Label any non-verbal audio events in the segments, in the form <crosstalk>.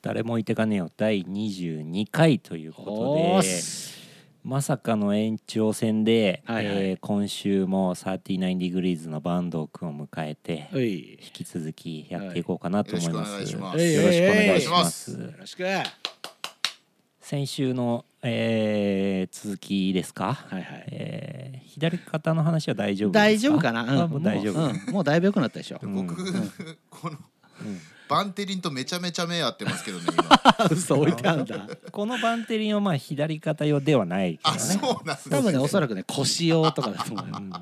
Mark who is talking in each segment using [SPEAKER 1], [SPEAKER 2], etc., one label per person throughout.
[SPEAKER 1] 誰も置いてかねえよ」第22回ということでまさかの延長戦で、
[SPEAKER 2] はいはい
[SPEAKER 1] えー今週も 39degrees の坂東くんを迎えて
[SPEAKER 2] おい
[SPEAKER 1] 引き続きやっていこうかなと思います。
[SPEAKER 3] はいよろしくお願いし
[SPEAKER 1] よ
[SPEAKER 3] ます
[SPEAKER 1] ろしくお願いしま
[SPEAKER 3] お
[SPEAKER 1] す
[SPEAKER 2] よろしくはい
[SPEAKER 1] 先週の、えー続きですか、
[SPEAKER 2] はい
[SPEAKER 1] えー左肩の話は大丈夫ですか
[SPEAKER 2] 大丈夫かな
[SPEAKER 1] あ
[SPEAKER 2] うん
[SPEAKER 1] もう大丈夫、
[SPEAKER 2] もううんもうだいぶ良くなったでしょ
[SPEAKER 3] 僕、この、バンテリンとめちゃめちゃ目合ってますけどね
[SPEAKER 2] <laughs>
[SPEAKER 3] 今
[SPEAKER 2] 嘘置いてあんだ
[SPEAKER 1] このバンテリンはまあ左肩用ではないけど
[SPEAKER 3] あ
[SPEAKER 1] ね
[SPEAKER 3] そうなんですね
[SPEAKER 2] <laughs> 多分ねおそらくね腰用とかだと思うよ
[SPEAKER 1] うん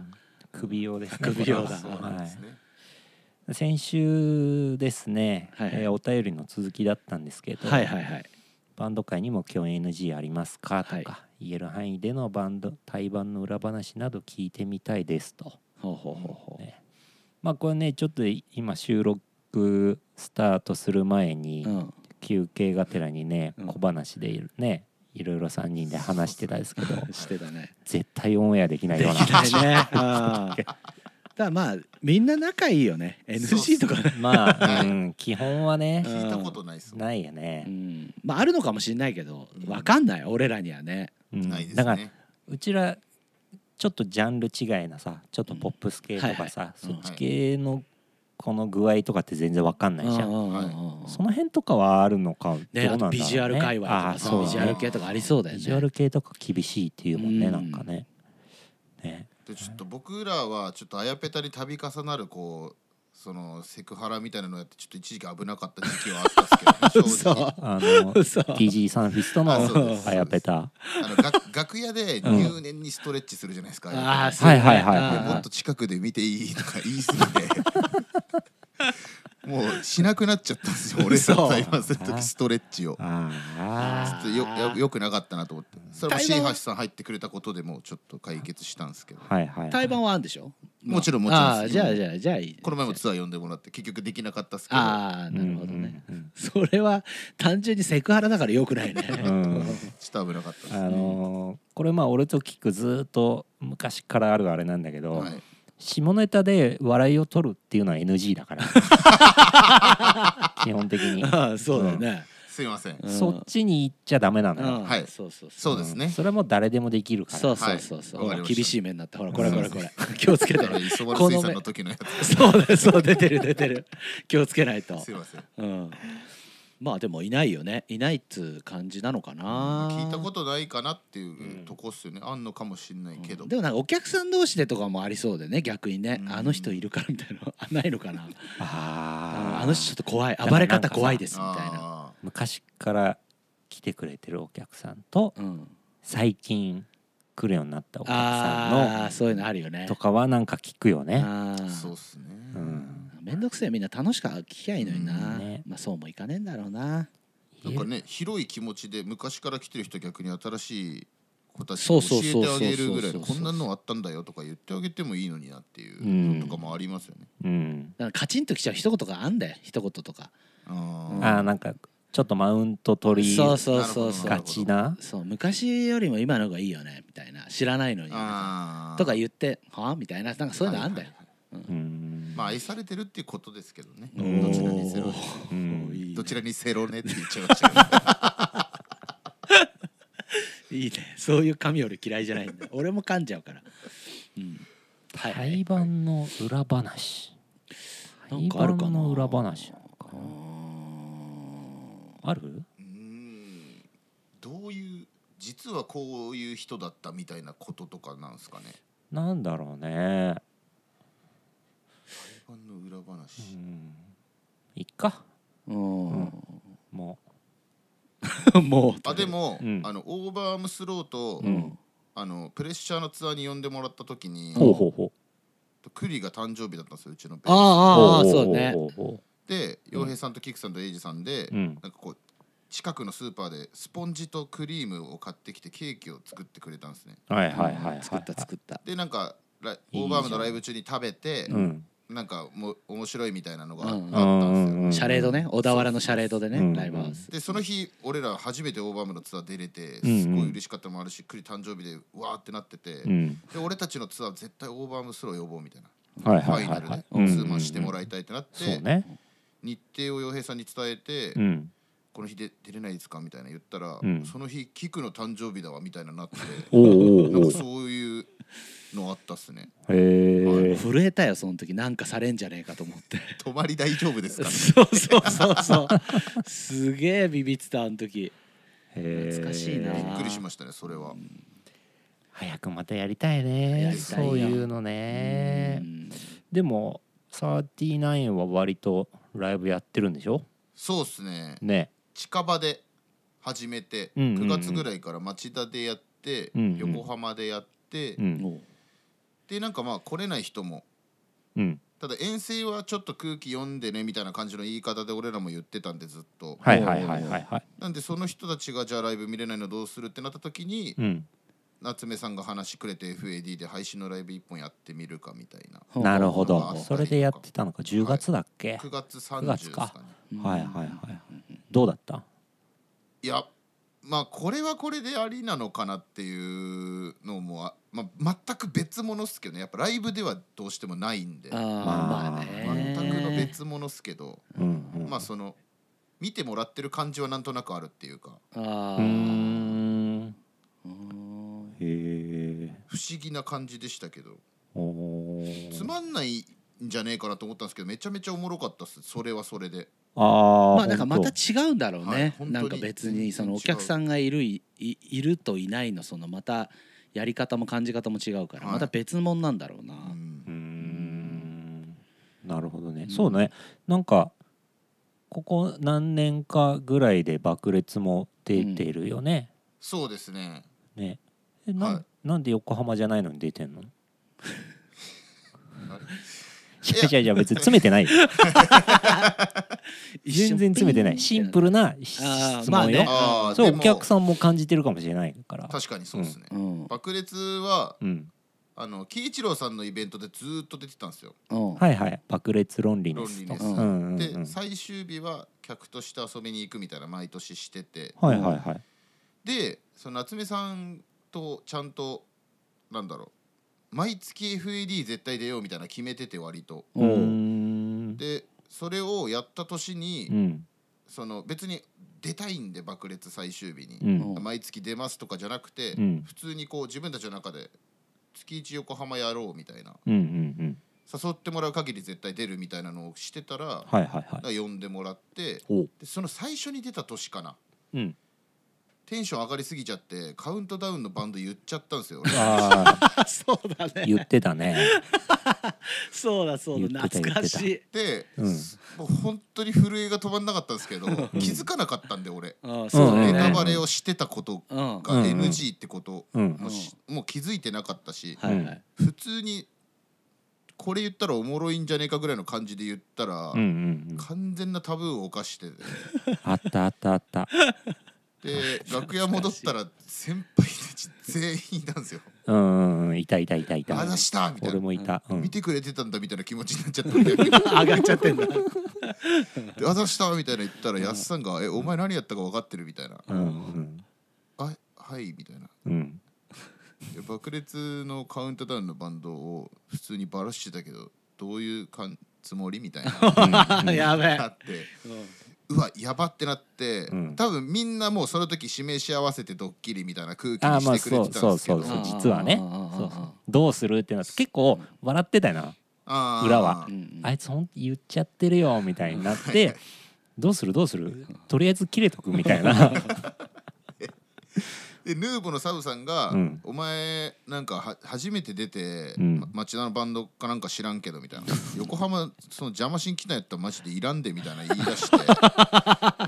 [SPEAKER 1] 首用ですね
[SPEAKER 2] 首用だ
[SPEAKER 3] そうなんですね、
[SPEAKER 1] い、先週ですね、
[SPEAKER 2] はいはい
[SPEAKER 1] えーお便りの続きだったんですけど、
[SPEAKER 2] はいはいはい
[SPEAKER 1] バンド界にも共演 NG ありますかとか、
[SPEAKER 2] はい
[SPEAKER 1] 言える範囲でのバンド対バンの裏話など聞いてみたいですと
[SPEAKER 2] ほうほうほうほう
[SPEAKER 1] ねまあこれねちょっと今収録スタートする前に、
[SPEAKER 2] うん
[SPEAKER 1] 休憩がてらにね
[SPEAKER 2] うん
[SPEAKER 1] 小話でいるね、いろいろ3人で話してたんですけど
[SPEAKER 2] してたね
[SPEAKER 1] 絶対オンエアできない
[SPEAKER 2] で
[SPEAKER 1] ような
[SPEAKER 2] きないねうんただまあみんな仲いいよね
[SPEAKER 3] そうっす
[SPEAKER 2] NG とかね
[SPEAKER 1] ま
[SPEAKER 2] <laughs>
[SPEAKER 1] あ、うん、基本はね
[SPEAKER 2] うん
[SPEAKER 3] 聞いたことないですもん
[SPEAKER 1] ないよ
[SPEAKER 2] う
[SPEAKER 1] ね、
[SPEAKER 2] んまああるのかもしれないけどわかんない俺らにはね
[SPEAKER 1] うん
[SPEAKER 3] ないです
[SPEAKER 1] だから
[SPEAKER 3] ね
[SPEAKER 1] うちらちょっとジャンル違いなさちょっとポップス系とかさ、
[SPEAKER 2] うんはいはい
[SPEAKER 1] そっち系のこの具合とかって全然わかんないじゃん、
[SPEAKER 2] うんうん
[SPEAKER 3] はい
[SPEAKER 2] うんうん
[SPEAKER 1] その辺とかはあるのかどう
[SPEAKER 2] ね
[SPEAKER 1] な
[SPEAKER 2] あ
[SPEAKER 1] んだろ
[SPEAKER 2] と
[SPEAKER 1] うね
[SPEAKER 2] ビジュアル界隈と
[SPEAKER 1] あ
[SPEAKER 2] か
[SPEAKER 1] あ
[SPEAKER 2] さ
[SPEAKER 1] そう
[SPEAKER 2] ビジュアル
[SPEAKER 1] ね
[SPEAKER 2] 系とかありそうだよ
[SPEAKER 1] ビ
[SPEAKER 2] ね
[SPEAKER 1] ジュアル系とか厳しいっていうもんね、
[SPEAKER 2] うん
[SPEAKER 1] なんかねね
[SPEAKER 3] でちょっと僕らはちょっとあやぺたり度重なるこうそのセクハラみたいなのやってちょっと一時期危なかった時期はあったんですけど、
[SPEAKER 2] <laughs> 嘘
[SPEAKER 3] ね、正直
[SPEAKER 1] あの
[SPEAKER 2] <laughs> 嘘
[SPEAKER 1] TG サンフィスト
[SPEAKER 3] あそう
[SPEAKER 1] の
[SPEAKER 3] です
[SPEAKER 1] あやぺた
[SPEAKER 3] あのが楽屋で入念にストレッチするじゃないですか、
[SPEAKER 2] ああ
[SPEAKER 3] で
[SPEAKER 2] そうね
[SPEAKER 1] はいはいはい
[SPEAKER 3] もっと近くで見ていいとか言いすぎてもうしなくなっちゃったんですよ俺
[SPEAKER 2] 嘘
[SPEAKER 3] ら対話する時ストレッチを。ちょ
[SPEAKER 1] あ
[SPEAKER 3] っとよよよくなかったなと思ってそれも椎橋さん入ってくれたことでもうちょっと解決したんですけど
[SPEAKER 1] あはいはい
[SPEAKER 2] 対バンはあるんでしょ
[SPEAKER 3] もちろんもちろん
[SPEAKER 2] ああじゃあじ
[SPEAKER 3] ゃ
[SPEAKER 2] ゃあじゃあいい
[SPEAKER 3] この前もツアー呼んでもらって結局できなかったっすけど
[SPEAKER 2] ああなるほどね
[SPEAKER 1] うんうん
[SPEAKER 2] それは単純にセクハラだからよくないね
[SPEAKER 1] うんうん
[SPEAKER 3] ちょっと危なかったです
[SPEAKER 1] あのーこれまあ俺とキクずーっと昔からあるあれなんだけど、
[SPEAKER 3] はい
[SPEAKER 1] 下ネタで笑いを取るっていうのは NG だから
[SPEAKER 2] <laughs>
[SPEAKER 1] 基本的に
[SPEAKER 2] ああそうだよね
[SPEAKER 3] すいません
[SPEAKER 2] うん
[SPEAKER 1] そっちに行っちゃダメなのよ、
[SPEAKER 2] うん
[SPEAKER 3] はい
[SPEAKER 2] そうそうそう
[SPEAKER 3] そうです
[SPEAKER 1] ん
[SPEAKER 3] ね
[SPEAKER 1] それはもう誰でもできるから
[SPEAKER 2] そうそうそうそう
[SPEAKER 3] はいわかりました
[SPEAKER 2] 厳しい目になったほらこれこれこれ気をつけ
[SPEAKER 3] だ
[SPEAKER 2] て
[SPEAKER 3] から磯丸
[SPEAKER 2] こ
[SPEAKER 3] 水
[SPEAKER 2] の
[SPEAKER 3] 産
[SPEAKER 2] 目
[SPEAKER 3] の時のや
[SPEAKER 2] そうだそう出てる出てる気をつけないと
[SPEAKER 3] つすいません
[SPEAKER 2] うんまあでもいないよねいないっつう感じなのかな
[SPEAKER 3] 聞いたことないかなっていうとこっすよねあんのかもしんないけど
[SPEAKER 2] でもなんかお客さん同士でとかもありそうでね逆にね
[SPEAKER 3] うん
[SPEAKER 2] あの人いるからみたいなのあないのかな
[SPEAKER 1] あ
[SPEAKER 2] あ
[SPEAKER 1] ー
[SPEAKER 2] の人ちょっと怖い
[SPEAKER 1] なんか
[SPEAKER 2] 暴れ方怖いですみたいな
[SPEAKER 3] あ
[SPEAKER 1] 昔から来てくれてるお客さんと
[SPEAKER 2] うん
[SPEAKER 1] 最近来るようになったお客さ
[SPEAKER 2] ああそういうのあるよ
[SPEAKER 1] ん
[SPEAKER 2] ね
[SPEAKER 1] のとかはなんか聞くよね。
[SPEAKER 2] あー
[SPEAKER 3] ーそうっすね
[SPEAKER 1] うん
[SPEAKER 2] めんどくせえみんな楽しく聞きゃいいのにな、
[SPEAKER 1] うんね
[SPEAKER 2] まあそうもいかねえんだろうな
[SPEAKER 3] なんかね広い気持ちで昔から来てる人逆に新しい子たち
[SPEAKER 2] そう
[SPEAKER 3] に
[SPEAKER 2] そうそ
[SPEAKER 3] 教
[SPEAKER 2] う
[SPEAKER 3] えてあげるぐらい
[SPEAKER 2] そ
[SPEAKER 3] の
[SPEAKER 2] うそうそ
[SPEAKER 3] こ
[SPEAKER 2] うん
[SPEAKER 3] なのあったんだよとか言ってあげてもいいのになっていうのとかもありますよね。
[SPEAKER 1] うん、
[SPEAKER 2] だからカチンときちゃう一言があんだよ一言とか
[SPEAKER 3] あ
[SPEAKER 1] あーなんかちょっとマウント取り
[SPEAKER 2] そうそうそうそう
[SPEAKER 3] な
[SPEAKER 1] が
[SPEAKER 3] るほど
[SPEAKER 1] ちな
[SPEAKER 2] そう昔よりも今の方がいいよねみたいな知らないのに
[SPEAKER 3] あー
[SPEAKER 2] とか言ってはあみたいななんかそういうのあんだよ、
[SPEAKER 3] はいはいは
[SPEAKER 1] うん
[SPEAKER 3] いまあ愛されてるっていうことですけどね。
[SPEAKER 2] お
[SPEAKER 3] どちらにせろ、
[SPEAKER 2] ー
[SPEAKER 1] うん
[SPEAKER 2] いいね
[SPEAKER 3] どちらにせろねって言っちゃいましたけど。
[SPEAKER 2] いいねそういう髪俺嫌いじゃないんだ俺も噛んじゃうから、うん、はいはい
[SPEAKER 1] 対バンの裏話
[SPEAKER 2] なんかあるか
[SPEAKER 1] 対バ
[SPEAKER 2] な
[SPEAKER 1] ンの裏話なんか
[SPEAKER 2] うーん
[SPEAKER 1] ある
[SPEAKER 3] うーんどういう実はこういう人だったみたいなこととかなんですかね。
[SPEAKER 1] なんだろうね
[SPEAKER 3] 台湾の裏
[SPEAKER 1] う
[SPEAKER 3] 話。
[SPEAKER 1] んいっか
[SPEAKER 2] うー
[SPEAKER 1] も
[SPEAKER 2] んもう
[SPEAKER 3] あでも、
[SPEAKER 1] うん
[SPEAKER 3] あのオーバームスローと、
[SPEAKER 1] う、うん、
[SPEAKER 3] あのプレッシャーのツアーに呼んでもらった時に。
[SPEAKER 1] ほうほうほう
[SPEAKER 3] クリが誕生日だったんですようちのベース
[SPEAKER 2] あーあーあ
[SPEAKER 1] ほ
[SPEAKER 2] ー
[SPEAKER 1] ほ
[SPEAKER 2] そうね
[SPEAKER 1] ほうほ
[SPEAKER 3] で洋平さんとキクさんとエイジさんで、
[SPEAKER 1] ううん
[SPEAKER 3] なんかこう近くのスーパーでスポンジとクリームを買ってきてケーキを作ってくれたんですね
[SPEAKER 1] はいはいはいはい、はい、
[SPEAKER 2] 作った作った
[SPEAKER 3] でなんかライ
[SPEAKER 1] いいじゃん
[SPEAKER 3] オーバームのライブ中に食べて、
[SPEAKER 1] うん
[SPEAKER 3] なんかもう面白いみたいなのがあ,、
[SPEAKER 2] うん
[SPEAKER 3] あったんですよ、
[SPEAKER 1] うん
[SPEAKER 2] シャレードね小田原のシャレードでね、
[SPEAKER 1] うん
[SPEAKER 2] ライブハウス
[SPEAKER 3] でその日俺ら初めてオーバームのツアー出れてす
[SPEAKER 1] うんうん
[SPEAKER 3] ごい嬉しかったのもあるし、クリ誕生日でうわーってなってて、
[SPEAKER 1] うん
[SPEAKER 3] で俺たちのツアー絶対オーバームスロー呼ぼうみたいな、
[SPEAKER 1] はいはいはい
[SPEAKER 3] ファ
[SPEAKER 1] は
[SPEAKER 3] イナ
[SPEAKER 1] い
[SPEAKER 3] ルでツーマンしてもらいたいってなって、
[SPEAKER 1] そうね
[SPEAKER 3] 日程を洋平さんに伝えて、
[SPEAKER 1] うん
[SPEAKER 3] この日で出れないですか?」みたいな言ったら、
[SPEAKER 1] うん
[SPEAKER 3] その日キクの誕生日だわ」みたいななって
[SPEAKER 1] おうおう
[SPEAKER 3] な
[SPEAKER 1] お
[SPEAKER 3] ん
[SPEAKER 1] う
[SPEAKER 3] かそういうのあったっすね
[SPEAKER 1] へえ
[SPEAKER 2] 震えたよその時なんかされんじゃねえかと思って
[SPEAKER 3] <laughs> 「泊まり大丈夫ですか?」
[SPEAKER 2] そうそうそうそうすげえビビってたあの時懐かしいな
[SPEAKER 3] びっくりしましたねそれは
[SPEAKER 1] 早くまたやりたい
[SPEAKER 2] や
[SPEAKER 1] ね
[SPEAKER 2] りたいよ
[SPEAKER 1] そういうのね
[SPEAKER 2] うん
[SPEAKER 1] でも39は割とライブやってるんでしょ
[SPEAKER 3] そうっすね
[SPEAKER 1] ね
[SPEAKER 3] 近場で始めて
[SPEAKER 1] うんうんう
[SPEAKER 3] 9
[SPEAKER 1] ん
[SPEAKER 3] 月ぐらいから町田でやって
[SPEAKER 1] うんうん
[SPEAKER 3] 横浜でやって
[SPEAKER 1] うん
[SPEAKER 2] もう
[SPEAKER 3] でなんかまあ来れない人も
[SPEAKER 1] うん
[SPEAKER 3] ただ遠征はちょっと空気読んでねみたいな感じの言い方で俺らも言ってたんでずっと
[SPEAKER 1] はいはいはいはいはい
[SPEAKER 3] なんでその人たちがじゃあライブ見れないのどうするってなった時に
[SPEAKER 1] うん
[SPEAKER 3] 夏目さんが話くれて FAD で配信のライブ1本やってみるかみたいな
[SPEAKER 1] なるほ
[SPEAKER 3] あ
[SPEAKER 1] ど
[SPEAKER 3] ったりと
[SPEAKER 1] そ
[SPEAKER 3] か
[SPEAKER 1] れでやってたのか10月だっけ、
[SPEAKER 3] 9月
[SPEAKER 1] 9
[SPEAKER 3] 30
[SPEAKER 1] 月
[SPEAKER 3] です
[SPEAKER 1] か
[SPEAKER 3] かね
[SPEAKER 1] はいはいはいどうだった
[SPEAKER 3] いやまあこれはこれでありなのかなっていうのもあ、まあ、全く別物っすけどねやっぱライブではどうしてもないんで
[SPEAKER 2] あー
[SPEAKER 1] まあ
[SPEAKER 2] まあね
[SPEAKER 3] 全くの別物っすけど、
[SPEAKER 1] うんうん
[SPEAKER 3] まあその見てもらってる感じはなんとなくあるっていうか
[SPEAKER 2] あ
[SPEAKER 1] うー
[SPEAKER 2] ー
[SPEAKER 1] ん
[SPEAKER 2] うーん
[SPEAKER 1] へえ
[SPEAKER 3] 不思議な感じでしたけど
[SPEAKER 1] お
[SPEAKER 3] つ
[SPEAKER 1] ー
[SPEAKER 3] まんないんじゃねえかなと思ったんですけどめちゃめちゃおもろかったっすそれはそれで
[SPEAKER 1] あー
[SPEAKER 2] まあなんかまた
[SPEAKER 1] ほと
[SPEAKER 2] 違うんだろう
[SPEAKER 3] はい
[SPEAKER 2] ね、
[SPEAKER 3] 本当に
[SPEAKER 2] なんか別にその
[SPEAKER 3] 違う
[SPEAKER 2] お客さんがいるいいいるといないのそのまたやり方も感じ方も違うから、
[SPEAKER 3] はい
[SPEAKER 2] また別物なんだろうな、
[SPEAKER 3] うん
[SPEAKER 1] うーんなるほどね、そうねなんかここ何年かぐらいで爆裂も出てるよね、
[SPEAKER 3] そうですね
[SPEAKER 1] ねえなん,、
[SPEAKER 3] はい
[SPEAKER 1] なんで横浜じゃないのに出てんのい
[SPEAKER 3] あれ
[SPEAKER 1] やいやいや別に詰めてない全
[SPEAKER 2] 一瞬
[SPEAKER 1] 然詰めてな
[SPEAKER 2] ピ
[SPEAKER 1] い
[SPEAKER 2] ン
[SPEAKER 1] シンプルな質
[SPEAKER 2] あーまあ
[SPEAKER 1] 問よ、
[SPEAKER 2] ね
[SPEAKER 3] あー
[SPEAKER 1] そう
[SPEAKER 3] で
[SPEAKER 1] お
[SPEAKER 3] も
[SPEAKER 1] 客さんも感じてるかもしれないから
[SPEAKER 3] 確かにそうですね、
[SPEAKER 2] うん
[SPEAKER 3] 爆裂は
[SPEAKER 1] うん
[SPEAKER 3] あの喜一郎さんのイベントでずーっと出てたんですよ
[SPEAKER 2] うん
[SPEAKER 1] はいはい爆裂論理で
[SPEAKER 3] 論
[SPEAKER 1] す
[SPEAKER 3] 理
[SPEAKER 1] と
[SPEAKER 3] で
[SPEAKER 1] か
[SPEAKER 3] す、
[SPEAKER 1] うんうんうん
[SPEAKER 3] で最終日は客として遊びに行くみたいな毎年してて
[SPEAKER 1] はいはいはい
[SPEAKER 3] でその夏目さんとちゃんとなんだろう毎月 FAD 絶対出ようみたいな決めてて割と
[SPEAKER 1] うー
[SPEAKER 2] うん
[SPEAKER 1] ん
[SPEAKER 3] でそれをやった年に、
[SPEAKER 1] うん
[SPEAKER 3] その別に出たいんで爆裂最終日に、
[SPEAKER 1] うん
[SPEAKER 3] 毎月出ますとかじゃなくて、
[SPEAKER 1] うん
[SPEAKER 3] 普通にこう自分たちの中で月一横浜やろうみたいな
[SPEAKER 1] うんうんうん
[SPEAKER 3] 誘ってもらう限り絶対出るみたいなのをしてたら,、
[SPEAKER 1] はいはいはい
[SPEAKER 3] 呼んでもらって
[SPEAKER 1] お
[SPEAKER 3] でその最初に出た年かな
[SPEAKER 1] うん
[SPEAKER 3] テンション上がりすぎちゃってカウントダウンのバンド言っちゃったんですよ
[SPEAKER 1] ああ
[SPEAKER 2] あそうだね
[SPEAKER 1] 言ってたね
[SPEAKER 2] そうだそうだ
[SPEAKER 1] 言ってた
[SPEAKER 2] 懐かしい
[SPEAKER 3] で、
[SPEAKER 1] うん
[SPEAKER 3] もう本当に震えが止まんなかったんですけど気づかなかったんで俺、
[SPEAKER 2] ああ
[SPEAKER 1] う
[SPEAKER 2] そ
[SPEAKER 1] ん
[SPEAKER 2] う
[SPEAKER 1] うんう
[SPEAKER 2] だ
[SPEAKER 3] ネ
[SPEAKER 1] ん
[SPEAKER 3] タ
[SPEAKER 2] ね
[SPEAKER 3] バレをしてたこと
[SPEAKER 2] うんは
[SPEAKER 3] が NG ってこと
[SPEAKER 1] うん
[SPEAKER 3] <laughs> もし、もう気づいてなかったし、
[SPEAKER 2] いはい
[SPEAKER 3] 普通にこれ言ったらおもろいんじゃねえかぐらいの感じで言ったら、
[SPEAKER 1] うんうんうん
[SPEAKER 3] 完全なタブーを犯して
[SPEAKER 1] あったあったあった <laughs>
[SPEAKER 3] で楽屋戻ったら先輩たち全員いたんですよ
[SPEAKER 1] うんうんうんいたいたいたい
[SPEAKER 3] 「あ
[SPEAKER 1] た
[SPEAKER 3] だした!」みたい
[SPEAKER 1] 俺
[SPEAKER 3] な。
[SPEAKER 1] もいたうん
[SPEAKER 3] 見てくれてたんだみたいな気持ちになっちゃったんでで
[SPEAKER 2] 上がっちゃってんだ
[SPEAKER 3] 「あざした!」みたいな言ったらやっさんが「えお前何やったか分かってる?」みたいな
[SPEAKER 1] うんうん
[SPEAKER 3] 「あはい」みたいな
[SPEAKER 1] うん
[SPEAKER 3] いや爆裂のカウントダウンのバンドを普通にバラしてたけどどういうかんつもりみ
[SPEAKER 1] <laughs>
[SPEAKER 3] たいな
[SPEAKER 2] やべえ
[SPEAKER 3] なってうわやばってなって、
[SPEAKER 1] うん
[SPEAKER 3] 多分みんなもうその時指名し合わせてドッキリみたいな空気
[SPEAKER 1] あ
[SPEAKER 3] に
[SPEAKER 1] あまあ
[SPEAKER 3] してく
[SPEAKER 1] そ
[SPEAKER 3] れて
[SPEAKER 1] う
[SPEAKER 3] た
[SPEAKER 1] そ
[SPEAKER 3] んで
[SPEAKER 1] う
[SPEAKER 3] すけ
[SPEAKER 1] そう
[SPEAKER 3] どあ
[SPEAKER 1] そう実はね
[SPEAKER 2] うんうんうんうん
[SPEAKER 1] そうそうどうするってなって結構笑ってたよな
[SPEAKER 3] ー
[SPEAKER 1] 裏は
[SPEAKER 2] うんうん
[SPEAKER 1] あいつほんと言っちゃってるよみたいになってどうするどうするとりあえず切れとくみたいな
[SPEAKER 3] でヌーボのサブさんが「
[SPEAKER 1] うん
[SPEAKER 3] お前なんかは初めて出て、
[SPEAKER 1] うん
[SPEAKER 3] ま町田のバンドかなんか知らんけど」みた
[SPEAKER 1] <laughs>
[SPEAKER 3] いな「横浜その邪魔しに来たんやったらマジでいらんで」みたいな言い出
[SPEAKER 1] <laughs>
[SPEAKER 3] して